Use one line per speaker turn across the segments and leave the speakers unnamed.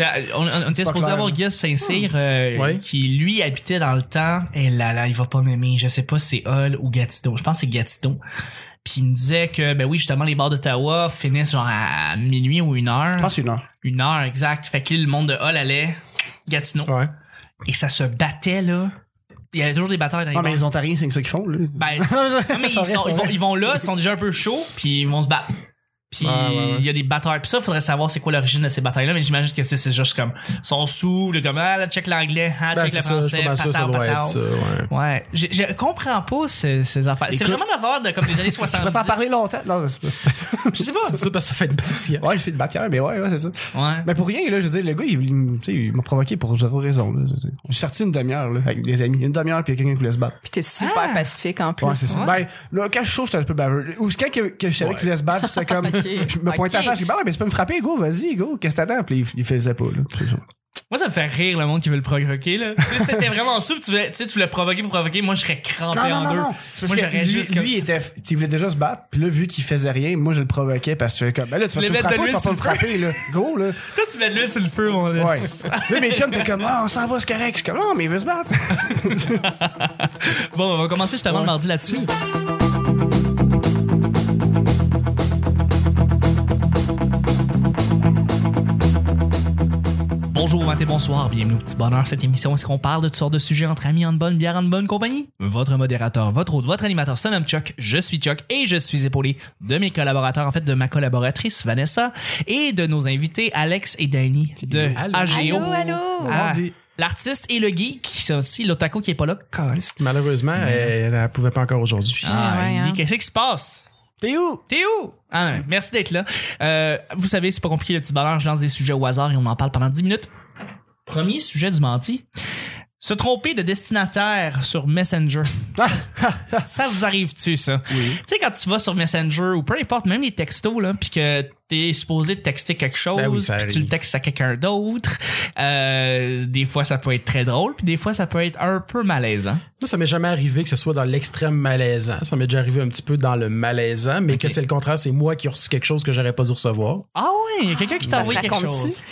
On, on- on était
pas
supposé
clair,
avoir
là.
Gus Saint-Cyr euh,
Ouais.
qui lui habitait dans le temps. Et là là, il va pas m'aimer. Je sais pas si c'est Hall ou Gatineau. Je pense que c'est Gatineau. Puis il me disait que ben oui justement les bars d'Ottawa finissent genre à minuit ou une heure.
Je pense une heure.
Une heure exact. Fait que là, le monde de Hall allait Gatineau
Ouais.
et ça se battait là. Il y avait toujours des batailles dans les
Non, Ah, mais
bars.
les Ontariens, c'est que ça qu'ils font, là.
Ben, non, mais
Ça
ils,
reste,
sont-
ça
ils vont,
reste.
ils vont là, ils sont déjà un peu chauds, puis ils vont se battre. Puis
Ouais, ouais, ouais.
il y a des batailles. Puis ça, faudrait savoir c'est quoi l'origine de ces batailles-là, mais j'imagine que tu sais, c'est juste comme sont sous, de comme ah là, check l'anglais, ah
Ben,
check
c'est
le
ça, je
français,
suis pas mal sûr, ça
patard,
doit être
patard.
ça, ouais.
Ouais, je, je comprends pas ces, ces affaires. C'est
Écoute-
vraiment l'affaire de comme des années
Je
70.
pourrais t'en parler longtemps. Non, mais c'est pas-
Je sais pas.
C'est ça parce que ça fait hein. de bâtiment.
ouais, je fais de bâtiment, mais ouais, ouais, c'est ça.
Ouais.
Mais pour rien, là, je veux dire, le gars, il, il- tu sais, il m'a provoqué pour zéro raison, là. je veux dire. J'ai sorti une demi-heure, là, avec des amis. Une demi-heure, puis il y a quelqu'un qui voulait se battre.
Puis t'es super
Ah!
pacifique en plus.
Ouais, c'est ça.
Ouais.
Ben, là, quand je suis chaud, j'étais un peu baveux. Ou c'est quand que, que je savais qu'il voulait se battre, c'était comme.
Ok.
Je me pointais à
Ok.
la face, je dis, ben ouais, mais tu peux me frapper, go, vas-y, go, qu'est-ce que t'attends? Puis il, il faisait pas, là. C'est ça.
Moi, ça me fait rire le monde qui veut le provoquer, là. Tu sais, C'était vraiment souple, tu voulais, tu sais, tu voulais provoquer pour provoquer. Moi, je serais crampé en deux.
C'est
Moi,
parce que
j'aurais
lui,
juste comme-
lui, il était, il voulait déjà se battre, puis là, vu qu'il faisait rien, moi, je le provoquais parce que je fais comme, ben là, tu vas
voulais
me
mettre de
frapper, ou tu vas pas me
l'huile
frapper, là. Go, là.
Toi, tu mets de l'huile sur le feu, mon laisse.
Ouais. là, mes chums, t'es comme, ah, on s'en va, c'est correct. Je suis comme, non, mais il veut se battre.
Bon, on va commencer justement le mardi là-dessus. Bonjour, bon matin, bonsoir, bienvenue au Petit Bonheur. Cette émission, où est-ce qu'on parle de toutes sortes de sujets entre amis, en bonne bière, en bonne compagnie? Votre modérateur, votre hôte, votre animateur se nomme Chuck, je suis Chuck et je suis épaulé de mes collaborateurs, en fait de ma collaboratrice Vanessa et de nos invités Alex et Danny de
Allô.
AGO.
Allô, allô.
Ah,
Mardi.
L'artiste et le geek, qui sont aussi l'otaku qui est pas là, caliste.
Malheureusement, elle ne pouvait pas encore aujourd'hui.
Ah,
Ouais,
il dit,
hein.
qu'est-ce qui se passe?
T'es où?
T'es où? Ah, non, merci d'être là. Euh, vous savez, c'est pas compliqué le petit ballon. Je lance des sujets au hasard et on en parle pendant 10 minutes. Premier sujet du menti. Se tromper de destinataire sur Messenger. ça vous arrive-tu, ça? Tu sais, quand tu vas sur Messenger ou peu importe, même les textos, là, puis que t'es supposé texter quelque chose,
Ben oui, ça
puis tu
arrive.
le textes à quelqu'un d'autre, euh, des fois ça peut être très drôle, puis des fois ça peut être un peu malaisant.
Moi, ça m'est jamais arrivé que ce soit dans l'extrême malaisant. Ça m'est déjà arrivé un petit peu dans le malaisant, mais que c'est le contraire, c'est moi qui ai reçu quelque chose que j'aurais pas dû recevoir.
Ah ouais, il y a quelqu'un qui t'a
Ça se
envoyé quelque
raconte-tu?
chose.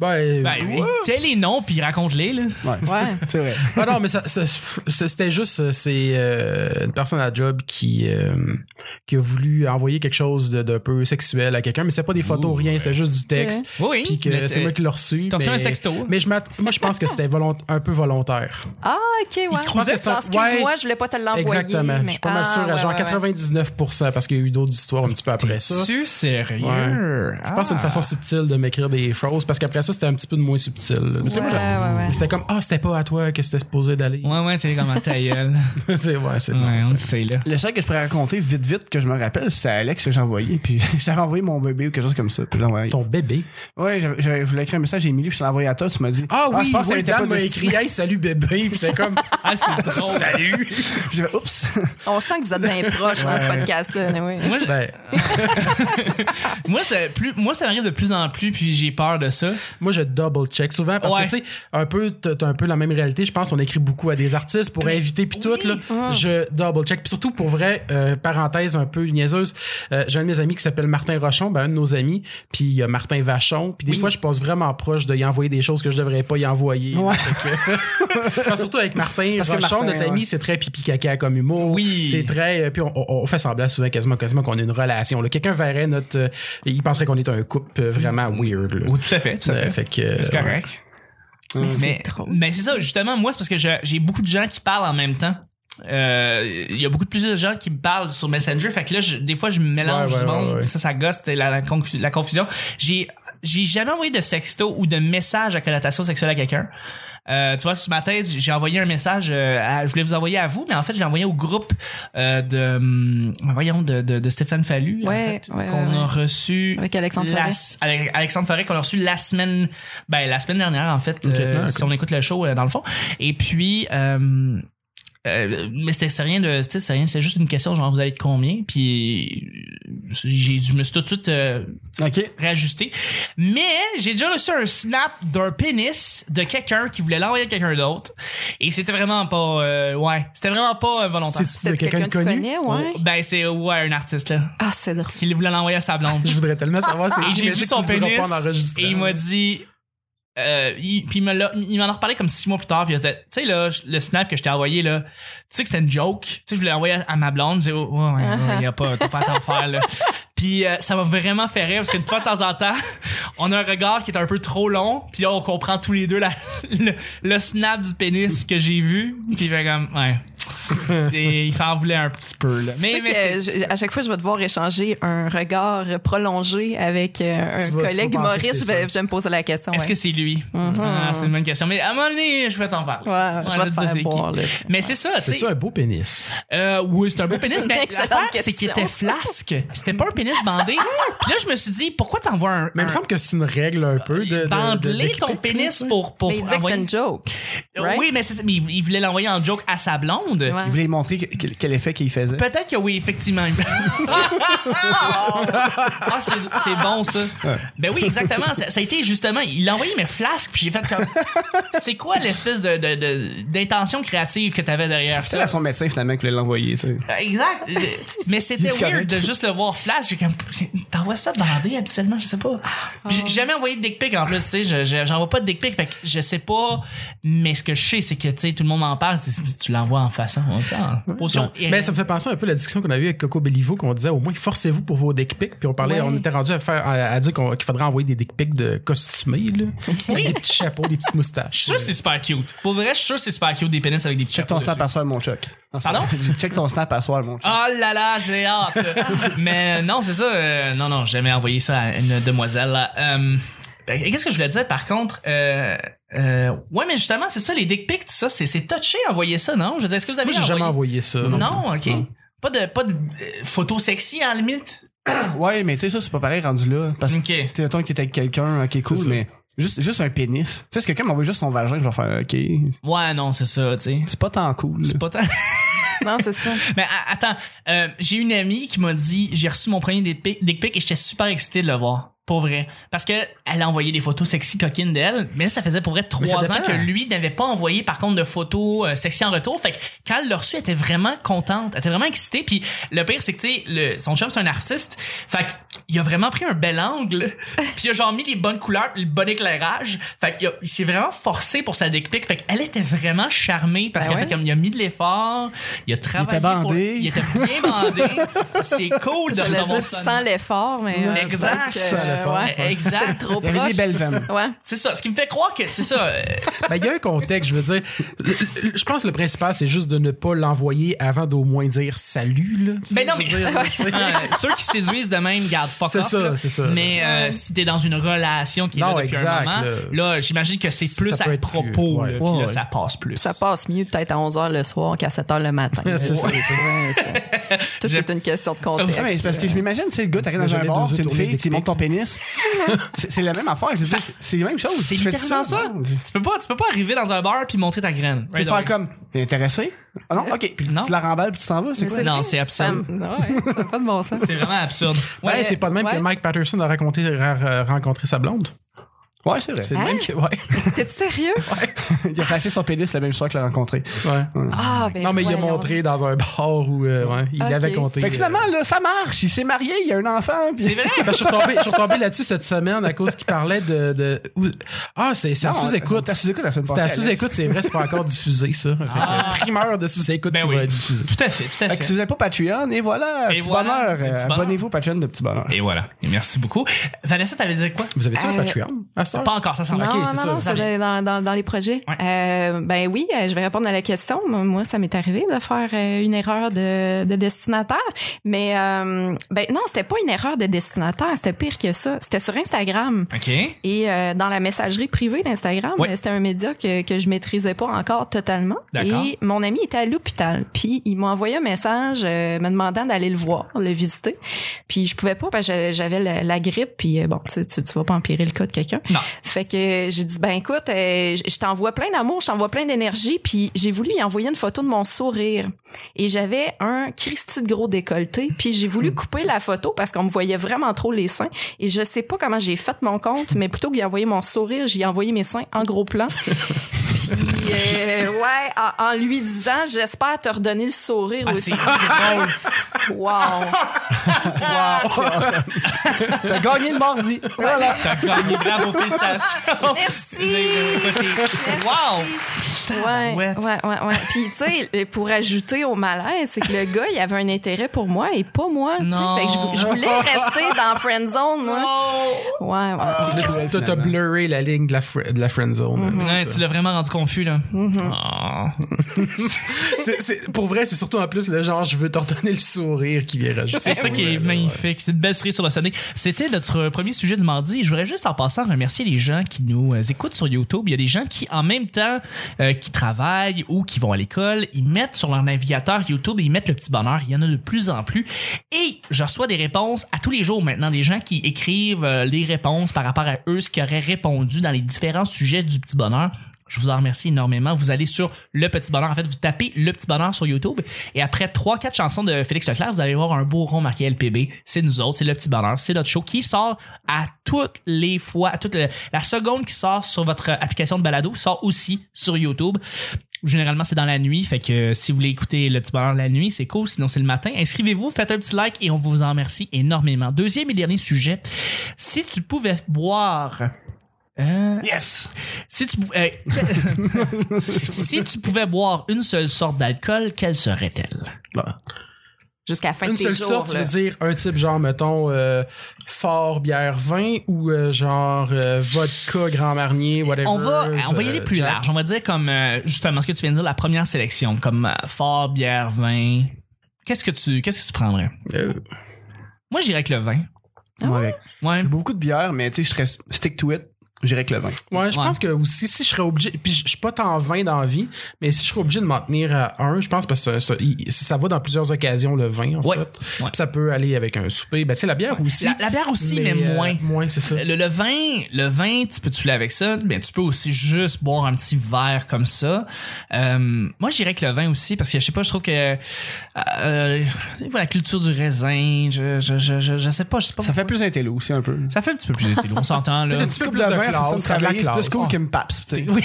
Ben,
Ben,
ouais.
t'es les noms puis raconte-les, là.
Ouais.
Ouais.
C'est vrai.
Ah non, mais ça, ça- c'était juste, euh, c'est euh, une personne à job qui, euh, qui a voulu envoyer quelque chose de- d'un peu sexuel à quelqu'un, mais c'est pas des photos, rien, c'était juste du texte.
Oui, oui.
Puis
Mais,
que c'est
euh,
moi qui l'ai reçu.
t'as reçu
mais-
un sexto.
Mais je m'att- moi, je pense que c'était volont- un peu volontaire.
Ah, ok, ouais.
croisait
Genre,
son- ouais.
excuse-moi, je voulais pas te l'envoyer.
Exactement. Je
mais-
suis pas mal
Ah,
sûr, à
ouais,
genre
ouais, ouais.
99%, parce qu'il y a eu d'autres histoires un petit peu après ça.
Tu sérieux? Ah.
Ouais. Je pense que c'est une
Ah.
façon subtile de m'écrire des choses, parce qu'après ça, c'était un petit peu de moins subtil. là. Tu sais, moi,
Ouais,
j'avais-
ouais, ouais.
C'était comme, ah, c'était pas à toi que c'était supposé d'aller.
Ouais, ouais, c'est comme un ta gueule.
c'est ouais, c'est
Ouais, on
non,
le sait,
c'est-
là.
Le seul que je pourrais raconter vite vite que je me rappelle, c'est à Alex que j'ai envoyé. Puis j'avais envoyé mon bébé ou quelque chose comme ça. Puis là, ouais.
Ton bébé.
Ouais, j'avais- j'avais- je voulais écrire un message à Émilie, puis je l'ai envoyé à toi. Tu m'as dit.
Ah oui,
je pense que ça
oui,
était
Dan
pas
m'a
destiné.
écrit Hey, salut bébé. Puis J'étais comme
Ah, c'est drôle.
Salut.
J'ai fait, oups.
On sent que vous êtes bien proches dans ce
Ouais.
podcast-là. mais oui.
Moi, je-
Ben,
moi, ça, plus, moi, ça m'arrive de plus en plus, puis j'ai peur de ça.
moi je double check souvent parce
Ouais.
que tu sais un peu t'as t'as un peu la même réalité. Je pense on écrit beaucoup à des artistes pour inviter puis tout là.
Uh-huh.
Je double check puis surtout pour vrai euh, parenthèse un peu niaiseuse. euh, J'ai un de mes amis qui s'appelle Martin Rochon, ben un de nos amis, puis il y a Martin Vachon. Puis des fois je passe vraiment proche de y envoyer des choses que je devrais pas y envoyer.
Ouais.
Fait que- surtout avec Martin
Parce que
Rochon,
Martin,
notre ami,
ouais.
c'est très pipi caca comme humour.
Oui.
C'est très. euh, Puis on, on- on fait semblant souvent quasiment, quasiment qu'on a une relation. là. Quelqu'un verrait notre. euh, il penserait qu'on est un couple euh, vraiment weird. là.
tout à fait, tout
Euh, fait que, euh,
C'est correct. Mais, mais c'est ça, justement, moi, c'est parce que je- j'ai beaucoup de gens qui parlent en même temps. Euh, Il y a beaucoup de plus de gens qui me parlent sur Messenger. Fait que là, je- des fois, je me mélange
Ouais, ouais,
du monde.
ouais, ouais.
Ça, ça gosse c'est la, la, concu- la confusion. J'ai j'ai jamais envoyé de sexto ou de message à connotation sexuelle à quelqu'un. Euh, tu vois, ce matin, j'ai envoyé un message. euh, à- je voulais vous envoyer à vous, mais en fait, j'ai envoyé au groupe euh, de, hum, voyons, de, de, de Stéphane Fallu, en
Ouais,
fait,
ouais,
qu'on
ouais,
a
ouais.
reçu
Avec Alexandre
la
Forêt.
avec Alexandre Forêt qu'on a reçu la semaine ben la semaine dernière en fait euh,
d'accord.
si on écoute le show euh, dans le fond et puis euh, euh, mais c'était c'est rien de c'était- c'est rien c'est juste une question genre vous allez être combien puis j'ai je me suis tout de suite euh,
OK.
réajusté mais j'ai déjà reçu un snap d'un pénis de quelqu'un qui voulait l'envoyer à quelqu'un d'autre et c'était vraiment pas euh, ouais c'était vraiment pas euh, volontaire
C'est-tu de
C'était-tu
quelqu'un de
quelqu'un que tu
connu?
connais, ouais?
ben c'est ouais un artiste là
Ah, c'est drôle.
qui voulait l'envoyer à sa blonde
Je voudrais tellement savoir c'est
et
qui,
Ah, j'ai
mais je
vu
sais
son
que tu le diras
pénis
pas en enregistrant.
et il m'a dit euh, il, puis il me l'a- il m'en a reparlé comme six mois plus tard. Puis il était, tu sais, là, le snap que je t'ai envoyé, là, tu sais que c'était une joke. Tu sais, je l'ai envoyé à, à ma blonde. J'ai dit, oh, ouais, ouais, ouais, y a pas, t'as pas à t'en faire, là. Puis euh, ça m'a vraiment fait rire parce que de fois de temps en temps, on a un regard qui est un peu trop long. Puis là, on comprend tous les deux la, le, le snap du pénis que j'ai vu. Puis il fait comme, ouais. C'est- il s'en voulait un petit peu, là.
Tu
Mais,
sais
mais
que
c'est-
je- à chaque fois, je vais devoir échanger un regard prolongé avec euh, un
Tu vas- tu
collègue
vas penser que
humoriste.
c'est
Je vais,
ça.
je vais me poser la question.
Est-ce
ouais. Mhm.
que c'est lui? Ah, c'est une bonne question. Mais à un moment donné, je vais t'en parler.
Ouais,
Ouais,
je vais te
dire
faire
c'est qui.
boire, là.
Mais c'est ça, tu sais.
C'est-tu un beau pénis?
Euh, oui, c'est un beau pénis,
C'est une
mais
excellente
l'affaire, c'est qu'il
question.
était flasque. C'était pas un pénis bandé. Puis là, je me suis dit, pourquoi t'envoies un.
Mais il
un-
me semble que c'est une règle un peu de. de- de-
Bandeler
d'équiper
ton
tout,
pénis
tu sais.
pour. pour
Mais il disait que
envoyer-
c'était une joke. right?
Oui, mais, c'est ça. mais il il voulait l'envoyer en joke à sa blonde.
Ouais.
Il voulait lui montrer que- quel, quel effet qu'il faisait.
Peut-être que oui, effectivement. ah, c'est, c'est bon, ça. Ben oui, exactement. Ça, ça a été justement, il l'a envoyé mes flasques, puis j'ai fait comme. C'est quoi l'espèce de, de- de- d'intention créative que t'avais derrière
C'est
ça?
à son médecin finalement qu'il voulait l'envoyer. tu sais.
Exact. J'ai- Mais c'était
Juste
weird
correct.
de juste le voir flash. J'ai comme, t'envoies ça bandé habituellement, je sais pas.
Ah.
Puis J'ai jamais envoyé de dick pic en plus, tu sais. je- je- J'envoie pas de dick pic, fait que je sais pas. Mais ce que je sais, c'est que, tu sais, tout le monde en parle. Tu tu l'envoies en façon. Tiens, potion.
Mais ça me fait penser un peu à la discussion qu'on a eue avec Coco Bellivo, qu'on disait au moins forcez-vous pour vos dick pics. Puis on parlait,
Ouais.
on était rendu à, faire, à, à dire qu'on- qu'il faudrait envoyer des dick pics de costumés, là. Avec des petits chapeaux, des petites
Je
moustaches.
suis sûr que c'est super cute. Pour vrai, je suis sûr que c'est super cute des pénis avec des petits
Check
chapeaux
ton snap
dessus.
à soir, mon Chuck. Non, c'est
Pardon?
pas- Check ton snap à soir, mon Chuck.
Oh là là, j'ai hâte. Mais non, c'est ça. euh, non, non, j'ai jamais envoyé ça à une demoiselle. là. Euh, ben, Qu'est-ce que je voulais dire par contre? Euh, euh, ouais, mais justement, c'est ça, les dick pics, tout ça, c'est c'est touché envoyer ça, non? Je veux dire, est-ce que vous avez
Moi, j'ai jamais envoyé ça.
Non, ok. Pas de, pas de euh, photo sexy en limite?
Ah, Ouais, mais tu sais, ça, c'est pas pareil rendu là. Parce que,
Ok.
tu sais, mettons que t'es avec quelqu'un, ok, cool,
ça.
mais juste, juste un pénis. Tu sais, si quelqu'un m'envoie juste son vagin, je vais faire, ok,
Ouais, non, c'est ça, tu sais.
c'est pas tant cool.
C'est pas tant.
Non, c'est ça.
Mais a- attends, euh, j'ai une amie qui m'a dit j'ai reçu mon premier dick pic dick pic et j'étais super excité de le voir. Pour vrai. Parce que elle a envoyé des photos sexy coquines d'elle, mais ça faisait pour vrai
ça
trois ans
dépend.
que lui n'avait pas envoyé par contre de photos euh, sexy en retour. Fait que quand elle l'a reçu, elle était vraiment contente. Elle était vraiment excitée. Puis le pire, c'est que tu sais, le- son chum, c'est un artiste. Fait que il a vraiment pris un bel angle. Puis il a genre mis les bonnes couleurs, puis le bon éclairage. Fait qu'il a- il s'est vraiment forcé pour sa dick pic. Fait qu'elle était vraiment charmée parce
Ben
qu'elle
ouais.
fait comme il a mis de l'effort, il a travaillé.
Il était bandé.
pour- Il était bien bandé. C'est cool de
Je voulais
recevoir
dire
ça.
sans l'effort, mais. euh,
Exact.
c'est vrai que,
Sans
euh,
l'effort.
ouais.
Exact.
C'est trop
Il y avait
proche.
des belles veines.
Ouais.
C'est ça. Ce qui me fait croire que, c'est ça. euh,
Ben, il y a un contexte, je veux dire. Le- le- Je pense que le principal, c'est juste de ne pas l'envoyer avant d'au moins dire salut, là. Tu
Ben,
Mais
sais,
non,
je veux
mais-
dire, tu sais.
euh, ceux qui séduisent de même, garde fuck
C'est
off,
ça,
là.
c'est ça.
Mais euh, si t'es dans une relation qui est
Non,
là depuis un
exact,
moment, là,
là,
j'imagine que c'est
ça
plus
peut
à
être plus,
propos,
ouais.
là, puis là,
Ouais,
ça passe plus.
Ça passe mieux peut-être à 11h le soir qu'à 7h le matin.
C'est ça.
Ouais, c'est- Tout est une question de contexte.
Ouais, mais c'est parce que je m'imagine, tu sais, le gars, t'arrives dans un
déjeuner,
bar,
deux œufs
t'es une
tournés,
fille,
des
tu montes ton pénis. c'est c'est la même affaire, je veux dire, c'est- c'est la même chose.
C'est
Tu fais
littéralement ça.
bon,
Tu peux pas, tu peux pas arriver dans un bar puis montrer ta graine.
Tu peux
Right
faire comme, t'es intéressé? Ah non, ok, puis
Euh, Non.
tu la remballes puis tu t'en vas, c'est quoi?
away. Non, c'est
Ça
absurde.
me- ouais, ça n'a pas de bon sens.
C'est vraiment absurde.
Ben,
Ouais,
c'est pas de même
ouais.
que Mike Patterson a raconté, a- a rencontré sa blonde.
Ouais, c'est vrai.
C'est le
Hein?
même que. Ouais.
T'es sérieux?
Il a flashé son pénis la même soirée qu'il l'a rencontré.
ouais.
Ah, ben
non, mais il a
voyons.
montré dans un bar où. euh, ouais, il
Ok.
l'avait compté. euh.
Fait que finalement, là, ça marche. Il s'est marié, il a un enfant. puis-
c'est vrai.
Ben, je suis retombé, je suis retombé là-dessus cette semaine à cause qu'il parlait de. de- où- ah, c'est c'est en
Non,
sous-écoute.
T'as sous-écoute la semaine
C'était
passée.
à
Alex.
sous-écoute, c'est vrai, c'est pas encore diffusé, ça. Fait que,
Ah.
Primeur de sous-écoute
Ben
qui
oui.
va être diffusé.
Tout à fait, tout à
Fait que si
fait.
vous n'avez pas Patreon, et voilà,
Et
petit
voilà,
bonheur.
un petit
euh,
bonheur.
Abonnez-vous, Patreon de petit bonheur.
Et voilà. Et merci beaucoup. Vanessa, t'avais dit quoi?
Vous avez-tu un
Euh,
Patreon à cette heure?
Pas encore, ça s'en
Non,
va.
Ok,
non,
c'est ça,
non,
ça
c'est
vient.
dans, dans- dans les projets.
Ouais.
Euh, ben oui, euh, je vais répondre à la question. Moi, ça m'est arrivé de faire euh, une erreur de, de destinataire. Mais euh, ben non, c'était pas une erreur de destinataire. C'était pire que ça. C'était sur Instagram.
OK.
Et euh, dans la messagerie privée d'Instagram,
Oui.
euh, c'était un média que, que je maîtrisais pas encore totalement.
D'accord.
Et mon ami était à l'hôpital. Puis il m'a envoyé un message euh, me demandant d'aller le voir, le visiter. Puis je pouvais pas parce que j'avais- j'avais la, la grippe. Puis euh, bon, tu, sais, tu, tu vas pas empirer le cas de quelqu'un.
Non.
Fait que j'ai dit ben écoute, euh, je je t'envoie plein d'amour, je t'envoie plein d'énergie. Puis j'ai voulu y envoyer une photo de mon sourire. Et j'avais un Christy de gros décolleté. Puis j'ai voulu couper la photo parce qu'on me voyait vraiment trop les seins. Et je sais pas comment j'ai fait mon compte, mais plutôt que d'y envoyer mon sourire, j'y ai envoyé mes seins en gros plan. Puis, euh, ouais, en, en lui disant, j'espère te redonner le sourire
Ah, c'est
aussi.
drôle.
Wow.
T'as gagné le mardi. Voilà.
T'as gagné, bravo, félicitations.
Merci.
Wow!
Ouais, ouais,
Tabarouette.
ouais, ouais. Puis tu sais, et pour ajouter au malaise, c'est que le gars, il avait un intérêt pour moi et pas moi. tu sais.
Non.
Fait que je vou- je voulais rester dans friend zone, moi. Ouais, ouais.
cruel,
T'as t'as
finalement.
blurré la ligne de la, fr- de la friend zone.
Ouais, tu l'as vraiment rendu confus, là. Oh.
C'est- c'est- pour vrai, c'est surtout en plus le genre je veux te redonner le sourire qui vient rajouter.
C'est ça qui est magnifique. C'est une belle série sur la Sonic. C'était notre euh, premier sujet du mardi. Je voudrais juste en passant remercier les gens qui nous euh, écoutent sur YouTube. Il y a des gens qui, en même temps, euh, qui travaillent ou qui vont à l'école, ils mettent sur leur navigateur YouTube et ils mettent le petit bonheur. Il y en a de plus en plus. Et je reçois des réponses à tous les jours maintenant. Des gens qui écrivent euh, les réponses par rapport à eux, ce qu'ils auraient répondu dans les différents sujets du petit bonheur. Je vous en remercie énormément. Vous allez sur Le Petit Bonheur. En fait, vous tapez Le Petit Bonheur sur YouTube et après trois, quatre chansons de Félix Leclerc, vous allez voir un beau rond marqué LPB. C'est nous autres, c'est Le Petit Bonheur. C'est notre show qui sort à toutes les fois, à toute la, la seconde qui sort sur votre application de balado, sort aussi sur YouTube. Généralement, c'est dans la nuit. Fait que euh, si vous voulez écouter le petit bonheur la nuit, c'est cool. Sinon, c'est le matin. Inscrivez-vous, faites un petit like et on vous en remercie énormément. Deuxième et dernier sujet. Si tu pouvais boire euh,
Yes.
si tu, pou- euh, si tu pouvais boire une seule sorte d'alcool, quelle serait-elle?
Ah
Jusqu'à la fin
Une
de tes
seule
jours,
sorte, tu
là.
veux dire un type genre mettons euh, fort bière vin ou euh, genre euh, vodka Grand Marnier whatever.
On va, on va y
euh,
aller plus
Jack.
large. On va dire comme, euh, justement, ce que tu viens de dire, la première sélection, comme euh, fort, bière, vin. Qu'est-ce que tu, qu'est-ce que tu prendrais?
Euh,
Moi, j'irais avec le vin.
Ah
Moi, avec
Ouais.
beaucoup de bière, mais tu sais, je serais stick to it. J'irais avec le vin.
Ouais, je
Ouais.
pense que aussi, si je serais obligé, puis je je suis pas tant vin dans la vie, mais si je serais obligé de m'en tenir à un, je pense parce que ça, ça- il- ça va dans plusieurs occasions le vin, en
Ouais.
fait.
Ouais.
Ça peut aller avec un souper. Ben, tu sais, la bière aussi.
La, la bière aussi, mais,
euh,
moins.
moins, c'est ça.
Le, le vin, le vin, tu peux te saouler avec ça, mais tu peux aussi juste boire un petit verre comme ça. Euh, moi, j'irais avec le vin aussi parce que je sais pas, je trouve que euh, euh, la culture du raisin, je je je je, je sais pas, je sais pas.
Ça fait plus intello aussi un peu.
ça fait un petit peu plus éthylo, on s'entend là.
un petit peu plus de classe, ça a de la
travailler, c'est
classe.
plus cool qu'une paps. tu sais.
Oui,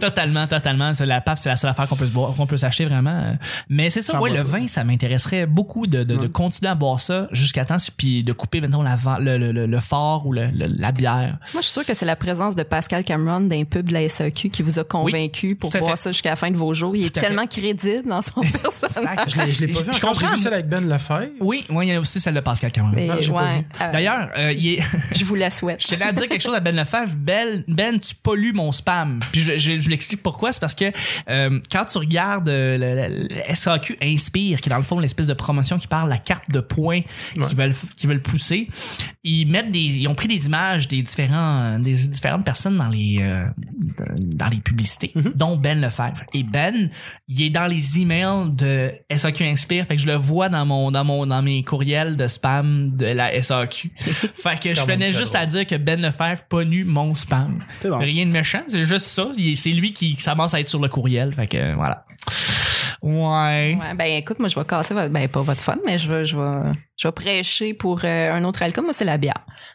totalement, totalement. C'est La pape, c'est la seule affaire qu'on peut se boire- qu'on peut s'acheter vraiment. Mais c'est ça,
Ça
ouais,
va,
le
ouais.
vin, ça m'intéresserait beaucoup de, de, de continuer à boire ça jusqu'à temps, puis de couper maintenant la, va- le, le, le, le fort ou le- le- la bière.
Moi, je suis sûre que c'est la présence de Pascal Cameron d'un pub de la SAQ qui vous a convaincu pour
tout à
voir
fait.
ça jusqu'à la fin de vos jours. Il est
à fait.
tellement crédible dans son personnage.
Sac.
Ah, Je l'ai- je l'ai pas vu
Je
encore. J'ai
comprends.
vu celle avec Ben Lefebvre.
Oui, oui, il y a aussi celle de Pascal Cameron.
Mais,
Non, j'ai pas
ouais,
vu.
euh,
D'ailleurs, euh, il est...
je vous la souhaite.
je tenais à dire quelque chose à Ben Lefebvre. Ben, ben tu pollues mon spam. Puis je, je, je l'explique pourquoi. C'est parce que euh, quand tu regardes euh, le, le- le SAQ Inspire, qui est dans le fond l'espèce de promotion qui parle la carte de points qu'ils veulent, qu'ils veulent pousser, ils mettent des, ils ont pris des images des différents, euh, des différentes personnes dans les, euh, dans les publicités,
Mhm.
dont Ben Lefebvre. Et Ben, il est dans les emails de SAQ Inspire. Fait que je le vois dans mon, dans mon, dans mes courriels de spam de la SAQ. fait que je
quand même
venais
très
juste
drôle.
à dire que Ben Lefebvre pollue mon spam.
C'est bon.
Rien de méchant, c'est juste ça. Il- C'est lui qui qui commence à être sur le courriel. Fait que euh, voilà. Ouais.
Ouais, ben écoute, moi je vais casser votre, ben pas votre fun, mais je vais je vais je vais prêcher pour euh, un autre alcool. Moi c'est la bière.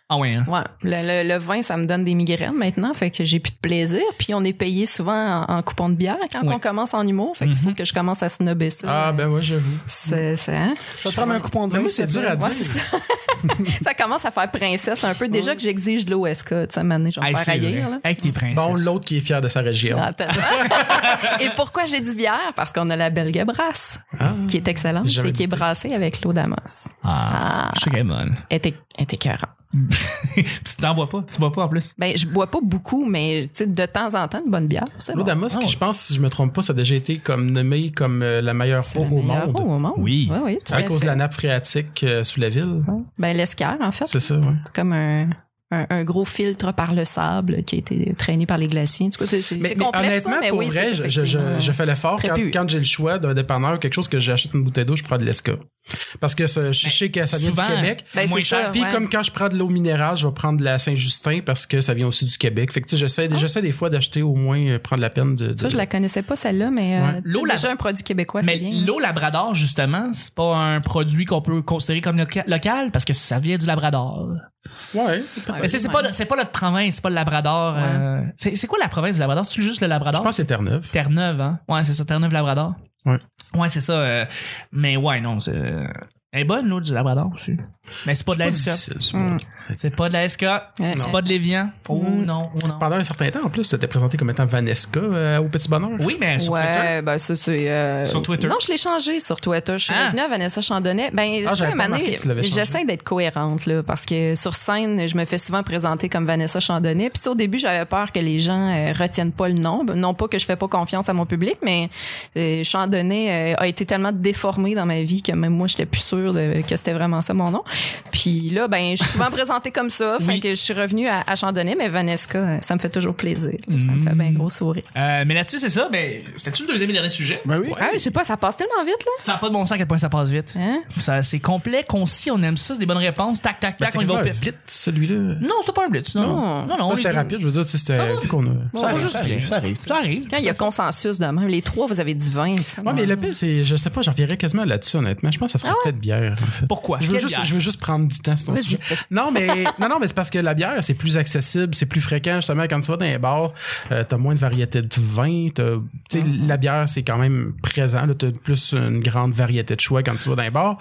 Ah ouais. hein.
Ouais, le, le- le vin ça me donne des migraines maintenant, fait que j'ai plus de plaisir. Puis on est payé souvent en, en coupon de bière quand
Ouais.
on commence en humour, fait que il faut que je commence à snobber ça.
Mm-hmm. Ah, ben ouais, j'avoue.
C'est c'est- hein?
Je vais prendre un coupon de
Mais
vin.
moi, c'est dur à dire.
Ouais, c'est ça. ça commence à faire princesse un peu. Déjà que j'exige de l'OSK, tu sais, maintenant, je vais me
Hey,
faire
c'est
ailleurs,
vrai.
là.
Avec tes princesses.
Bon, l'autre qui est fier de sa région.
Ah, t'as- Et pourquoi j'ai dit bière? Parce qu'on a la Belga Brasse,
Ah.
qui est excellente
J'ai jamais
et qui est
goûté.
brassée avec l'eau d'Amos.
ah, je suis quand même bonne.
Elle était- elle était écœurante.
tu t'en bois pas. Tu bois pas en plus.
Ben, je bois pas beaucoup, mais tu sais, de temps en temps, une bonne bière, c'est
L'eau
bon.
d'Amos,
Ah
qui
ouais.
je pense, si je me trompe pas, ça a déjà été comme nommé comme euh, la meilleure eau
La
au
meilleure eau
monde.
au monde.
Oui.
Oui, oui, tout
À
à
cause de
fait.
la nappe phréatique euh, sous la ville.
Ben, l'escar, en fait.
C'est ça, ouais.
C'est comme un, un, un gros filtre par le sable qui a été traîné par les glaciers. En tout cas, c'est c'est-
Mais,
c'est
mais
complexe,
honnêtement,
ça, mais
pour
oui,
vrai, je,
c'est
je, je,
effectivement-
je fais l'effort.
Très
Quand,
peu.
quand j'ai le choix d'un dépanneur ou quelque chose que j'achète une bouteille d'eau, je prends de l'esca. Parce que ça- je sais que ça vient
souvent, euh,
du Québec.
Ben,
moins
c'est
cher,
ça,
Puis
ouais.
comme quand je prends de l'eau minérale, je vais prendre de la Saint-Justin parce que ça vient aussi du Québec. Fait que tu sais, j'essaie, j'essaie des fois d'acheter au moins, euh, prendre la peine de... de-
Tu vois, Ah. je la connaissais pas, celle-là, mais euh,
Ouais.
tu sais,
L'eau, la-
déjà un produit québécois,
Mais
c'est bien.
l'eau Labrador, justement, c'est pas un produit qu'on peut considérer comme loca- local parce que ça vient du Labrador.
Ouais.
hein. Ouais,
Mais c'est c'est
ouais.
pas, c'est pas notre province, c'est pas le Labrador. euh, c'est c'est quoi la province du Labrador? C'est juste le
Je
Labrador?
pense que c'est Terre-Neuve.
Terre-Neuve, hein? Ouais, c'est ça, Terre-Neuve-Labrador.
Ouais.
Ouais, c'est ça. euh, mais ouais, non, c'est. Elle est bonne, l'autre du Labrador aussi. Mais c'est pas de la Escotte.
difficile, c'est
Mm.
C'est pas de la Escotte.
Ouais,
C'est
ouais.
pas de l'Évian. Oh
Mm.
non, oh non.
Pendant un certain temps, en plus, t'étais présenté comme étant Vanesca euh, au Petit Bonheur.
Oui, mais sur Twitter.
Ouais, ben ça, c'est. euh,
Sur Twitter.
Non, je l'ai changé sur Twitter. Je suis
Ah.
revenue à Vanessa Chandonnet. Ben,
Ah,
tu sais,
j'avais pas
à un moment
remarqué
donné,
que tu l'avais changé.
j'essaie d'être cohérente, là, parce que sur scène, je me fais souvent présenter comme Vanessa Chandonnet. Puis, tu sais, au début, j'avais peur que les gens euh, retiennent pas le nom. Ben, Non pas que je fais pas confiance à mon public, mais euh, Chandonnet euh, a été tellement déformée dans ma vie que même moi, j'étais plus sûre de- que c'était vraiment ça mon nom. Puis là, ben, je suis souvent présentée comme ça. Fait
Oui.
que je suis revenue à, à Chandonnet, mais Vanessa, euh, ça me fait toujours plaisir. là.
Mm.
Ça me fait bien gros sourire.
Euh, mais là-dessus, c'est ça. Ben, c'était-tu le deuxième et dernier sujet?
Ben oui.
Ah, je sais pas, ça passe tellement vite, là.
Ça n'a pas de bon sens à quel point ça passe vite.
Hein?
Ça, c'est complet, concis, on aime ça, c'est des bonnes réponses. Tac, tac,
Ben,
tac,
c'est
on y va
quasiment
au
un
pif.
blitz, celui-là.
Non, c'était pas un blitz, non. Non,
Non.
non,
Ça,
on
C'était
est deux.
rapide, je veux dire, tu sais,
Ça
c'était
va.
vu qu'on a.
Ça
arrive,
va juste
ça
bien.
arrive, ça arrive.
Ça arrive.
Quand il y a consensus de même, les trois, vous avez dit 20. tu sais.
Ouais, mais le pire, c'est, je sais pas, j'en reviendrai quasiment là-dessus, honnêtement. Je pense que ça serait peut-être bière, en fait.
Pourquoi?
Je veux,
Ah Quelle
juste,
bière?
je veux juste prendre du temps sur ton
Vas-y.
sujet. Non, mais, non, non, mais c'est parce que la bière, c'est plus accessible, c'est plus fréquent. Justement, quand tu vas dans les bars, euh, t'as moins de variété de vin. t'as- tu sais,
Mm-hmm.
La bière, c'est quand même présent. là. T'as plus une grande variété de choix quand tu vas dans les bars.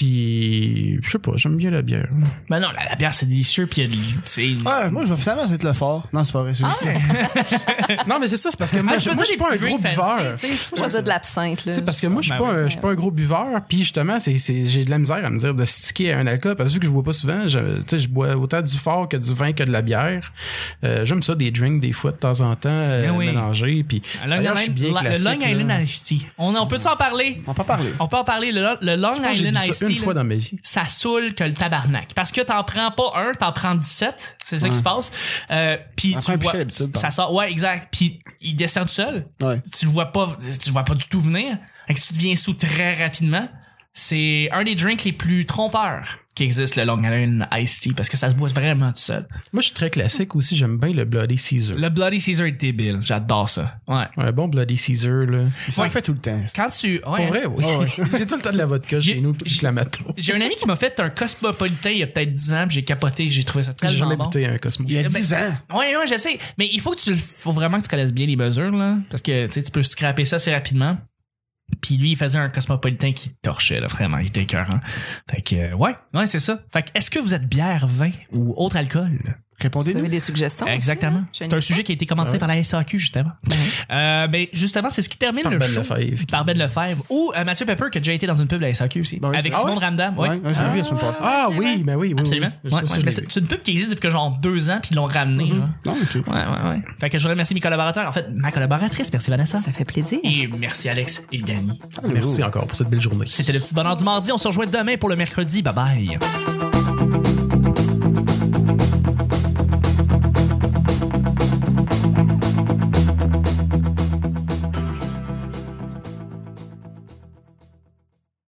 Puis, je sais pas, j'aime bien la bière.
Ben non, la, la bière, c'est délicieux, puis il y a des- c'est-
Ah, Ouais, moi, je vais finalement être le fort. Non, c'est pas vrai. C'est juste
non, mais c'est ça, c'est parce que moi,
Ah,
je,
peux
moi,
dire
je suis
des
pas un
petits
gros
drinks fancy,
buveur.
tu sais,
Moi, je vais dire de l'absinthe. là.
Tu sais, parce que moi, je suis
Ben
pas,
oui.
un- je suis pas un gros buveur, puis justement, c'est, c'est- j'ai de la misère à me dire de sticker à un alcool, parce que vu que je bois pas souvent, je, tu sais, je bois autant du fort que du vin que de la bière. Euh, j'aime ça, des drinks, des fois, de temps en temps, euh,
Ben oui.
mélangés, puis
À Long
d'ailleurs, je suis
Island, la-
bien
le
classique,
Long
là.
Island Iced Tea. On, on peut s'en parler?
On peut en parler.
On peut en parler. Le, le Long
Je pense que j'ai
Island
bu ça
Iced
une
Tea,
fois
là,
dans ma vie.
ça saoule que le tabarnak. Parce que t'en prends pas un, t'en prends 17. C'est ça qui se passe. Euh, puis
On
tu
prend un
vois,
pichet d'habitude,
ça
pardon.
sort, ouais, exact. Puis il descend tout seul.
Ouais.
Tu le vois pas, tu le vois pas du tout venir. Fait que tu deviens sous très rapidement. C'est un des drinks les plus trompeurs qui existe, le Long Island Iced Tea, parce que ça se boit vraiment tout seul.
Moi, je suis très classique aussi, j'aime bien le Bloody Caesar.
Le Bloody Caesar est débile. J'adore ça. Ouais.
Un bon Bloody Caesar, là.
Ça
Ouais.
le fait tout le temps.
Quand tu, ouais.
Pour vrai, oui. j'ai tout le temps de la vodka
J'ai-
chez nous, puis je la mets trop.
J'ai un ami qui m'a fait un cosmopolitain il y a peut-être 10 ans, puis j'ai capoté, j'ai trouvé ça
J'ai
tellement
jamais
bon.
goûté un Cosmo.
Il y a
Ben,
10 ans.
Ouais, ouais, je sais. Mais il faut que tu le, faut vraiment que tu connaisses bien les mesures, là. Parce que, tu sais, tu peux scraper ça assez rapidement. Puis lui, il faisait un cosmopolitain qui torchait, là, vraiment. Il était écœurant. Fait que, euh, ouais, ouais, c'est ça. Fait que, est-ce que vous êtes bière, vin ou autre alcool?
Vous avez
Répondez-nous.
des suggestions?
Exactement.
aussi, hein?
C'est un sujet qui a été commencé par la SAQ, juste avant. Euh, ben, justement, c'est ce qui termine
Par
le
Ben
show.
Lefebvre.
Par Ben Lefebvre. Ou euh, Mathieu Pepper, qui a déjà été dans une pub de la SAQ aussi.
Ben oui,
avec
c'est-
Simon
Ah ouais?
Ramdam.
Ouais,
Ouais.
ouais, je l'ai vu la semaine passée.
Ah oui, ben oui, oui, oui.
Eh Absolument.
Ça,
Ouais,
ça,
ouais.
je
Mais
l'ai
c'est
vu.
c'est une pub qui existe depuis que genre deux ans, puis ils l'ont ramenée. genre.
Non, ok.
Ouais, ouais, ouais. Fait que je remercie mes collaborateurs. En fait, ma collaboratrice, merci Vanessa.
Ça fait plaisir.
Et merci Alex et Yanni.
Ah, Merci encore pour cette belle journée.
C'était le petit bonheur du mardi. On se rejoint demain pour le mercredi. Bye bye.